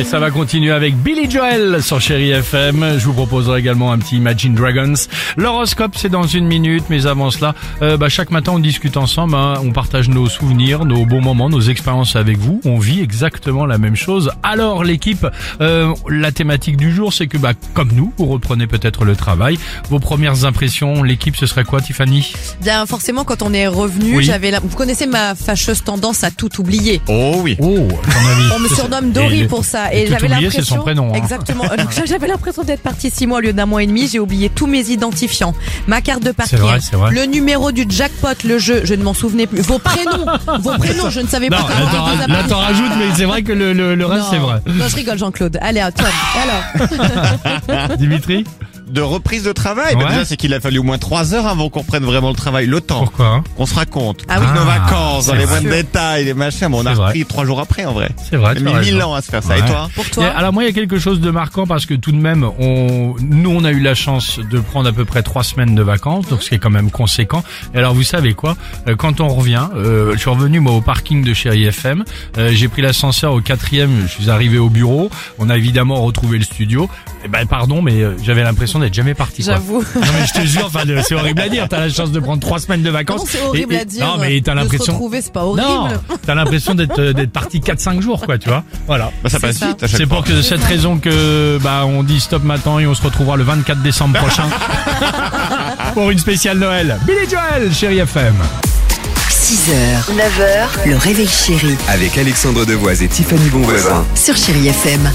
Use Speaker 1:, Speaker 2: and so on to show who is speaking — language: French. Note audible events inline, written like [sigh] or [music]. Speaker 1: Et ça va continuer avec Billy Joel sur Chéri FM. Je vous proposerai également un petit Imagine Dragons. L'horoscope, c'est dans une minute, mais avant cela, euh, bah, chaque matin, on discute ensemble, hein. on partage nos souvenirs, nos bons moments, nos expériences avec vous. On vit exactement la même chose. Alors, l'équipe, euh, la thématique du jour, c'est que, bah, comme nous, vous reprenez peut-être le travail. Vos premières impressions, l'équipe, ce serait quoi, Tiffany
Speaker 2: Bien, forcément, quand on est revenu,
Speaker 1: Oui.
Speaker 2: j'avais. la- Vous connaissez ma fâcheuse tendance à tout oublier.
Speaker 3: Oh oui.
Speaker 1: Oh, ton avis
Speaker 2: On me surnomme
Speaker 1: Et-
Speaker 2: Dory pour ça,
Speaker 1: et
Speaker 2: et
Speaker 1: tout
Speaker 2: j'avais
Speaker 1: oublier, c'est
Speaker 2: l'impression.
Speaker 1: son prénom, hein. [laughs]
Speaker 2: Exactement. Donc, j'avais l'impression d'être partie six mois au lieu d'un mois et demi. J'ai oublié tous mes identifiants, ma carte de parking,
Speaker 1: C'est vrai, c'est vrai.
Speaker 2: le numéro du jackpot, le jeu. Je ne m'en souvenais plus.
Speaker 1: [laughs]
Speaker 2: Vos prénoms, vos prénoms. Je ne savais
Speaker 1: Non,
Speaker 2: pas. comment
Speaker 1: là, t'en
Speaker 2: on les
Speaker 1: ra-
Speaker 2: appelait.
Speaker 1: là, t'en rajoutes, mais c'est vrai que le, le- le reste,
Speaker 2: Non.
Speaker 1: c'est vrai.
Speaker 2: Non, je rigole, Jean-Claude. Allez, à Tom.
Speaker 1: [laughs]
Speaker 2: Alors,
Speaker 1: Dimitri
Speaker 3: De reprise de travail. Bah,
Speaker 1: Ouais.
Speaker 3: déjà, c'est qu'il a fallu au moins trois heures avant qu'on prenne vraiment le travail, le temps
Speaker 1: Pourquoi hein
Speaker 3: qu'on se raconte.
Speaker 2: Ah oui.
Speaker 3: Nos
Speaker 1: Ah,
Speaker 3: vacances, dans
Speaker 1: c'est
Speaker 3: les
Speaker 1: vrai.
Speaker 3: moindres détails, les machins. Bon, on
Speaker 1: C'est
Speaker 3: a
Speaker 1: vrai.
Speaker 3: repris trois jours après, en vrai.
Speaker 1: C'est vrai,
Speaker 3: J'ai
Speaker 1: tu
Speaker 3: mis
Speaker 1: as raison.
Speaker 3: mille ans à se faire ça.
Speaker 1: Ouais.
Speaker 3: Et toi
Speaker 2: pour
Speaker 1: Et
Speaker 2: toi.
Speaker 1: alors moi il y a quelque chose de marquant parce que tout de même on nous on a eu la chance de prendre à peu près trois semaines de vacances donc ce qui est quand même conséquent. Et alors vous savez quoi Euh, Quand on revient, euh, je suis revenu moi au parking de Chéri FM, euh, j'ai pris l'ascenseur au quatrième, je suis arrivé au bureau, on a évidemment retrouvé le studio. Et ben pardon mais euh, j'avais l'impression d'être jamais parti. quoi.
Speaker 2: J'avoue.
Speaker 1: Non mais je te jure, enfin de- c'est horrible à dire. T'as la chance de prendre trois semaines de vacances.
Speaker 2: Non, c'est horrible
Speaker 1: Et- et-
Speaker 2: à dire.
Speaker 1: Non mais t'as
Speaker 2: de Se
Speaker 1: l'impression.
Speaker 2: retrouver, c'est pas horrible.
Speaker 1: Non, t'as l'impression d'être euh, d'être parti 4-5 jours quoi, tu vois. Voilà.
Speaker 3: Bah, ça
Speaker 2: C'est
Speaker 3: passe
Speaker 2: ça.
Speaker 3: vite à chaque
Speaker 1: C'est
Speaker 3: fois.
Speaker 1: pour que cette raison que bah on dit stop maintenant et on se retrouvera le 24 décembre prochain pour une spéciale Noël. Billy Joel, chérie FM.
Speaker 4: 6h, 9h, le réveil chéri
Speaker 5: Avec Alexandre Devoise et Tiffany Bonvoisin.
Speaker 4: sur Chérie FM.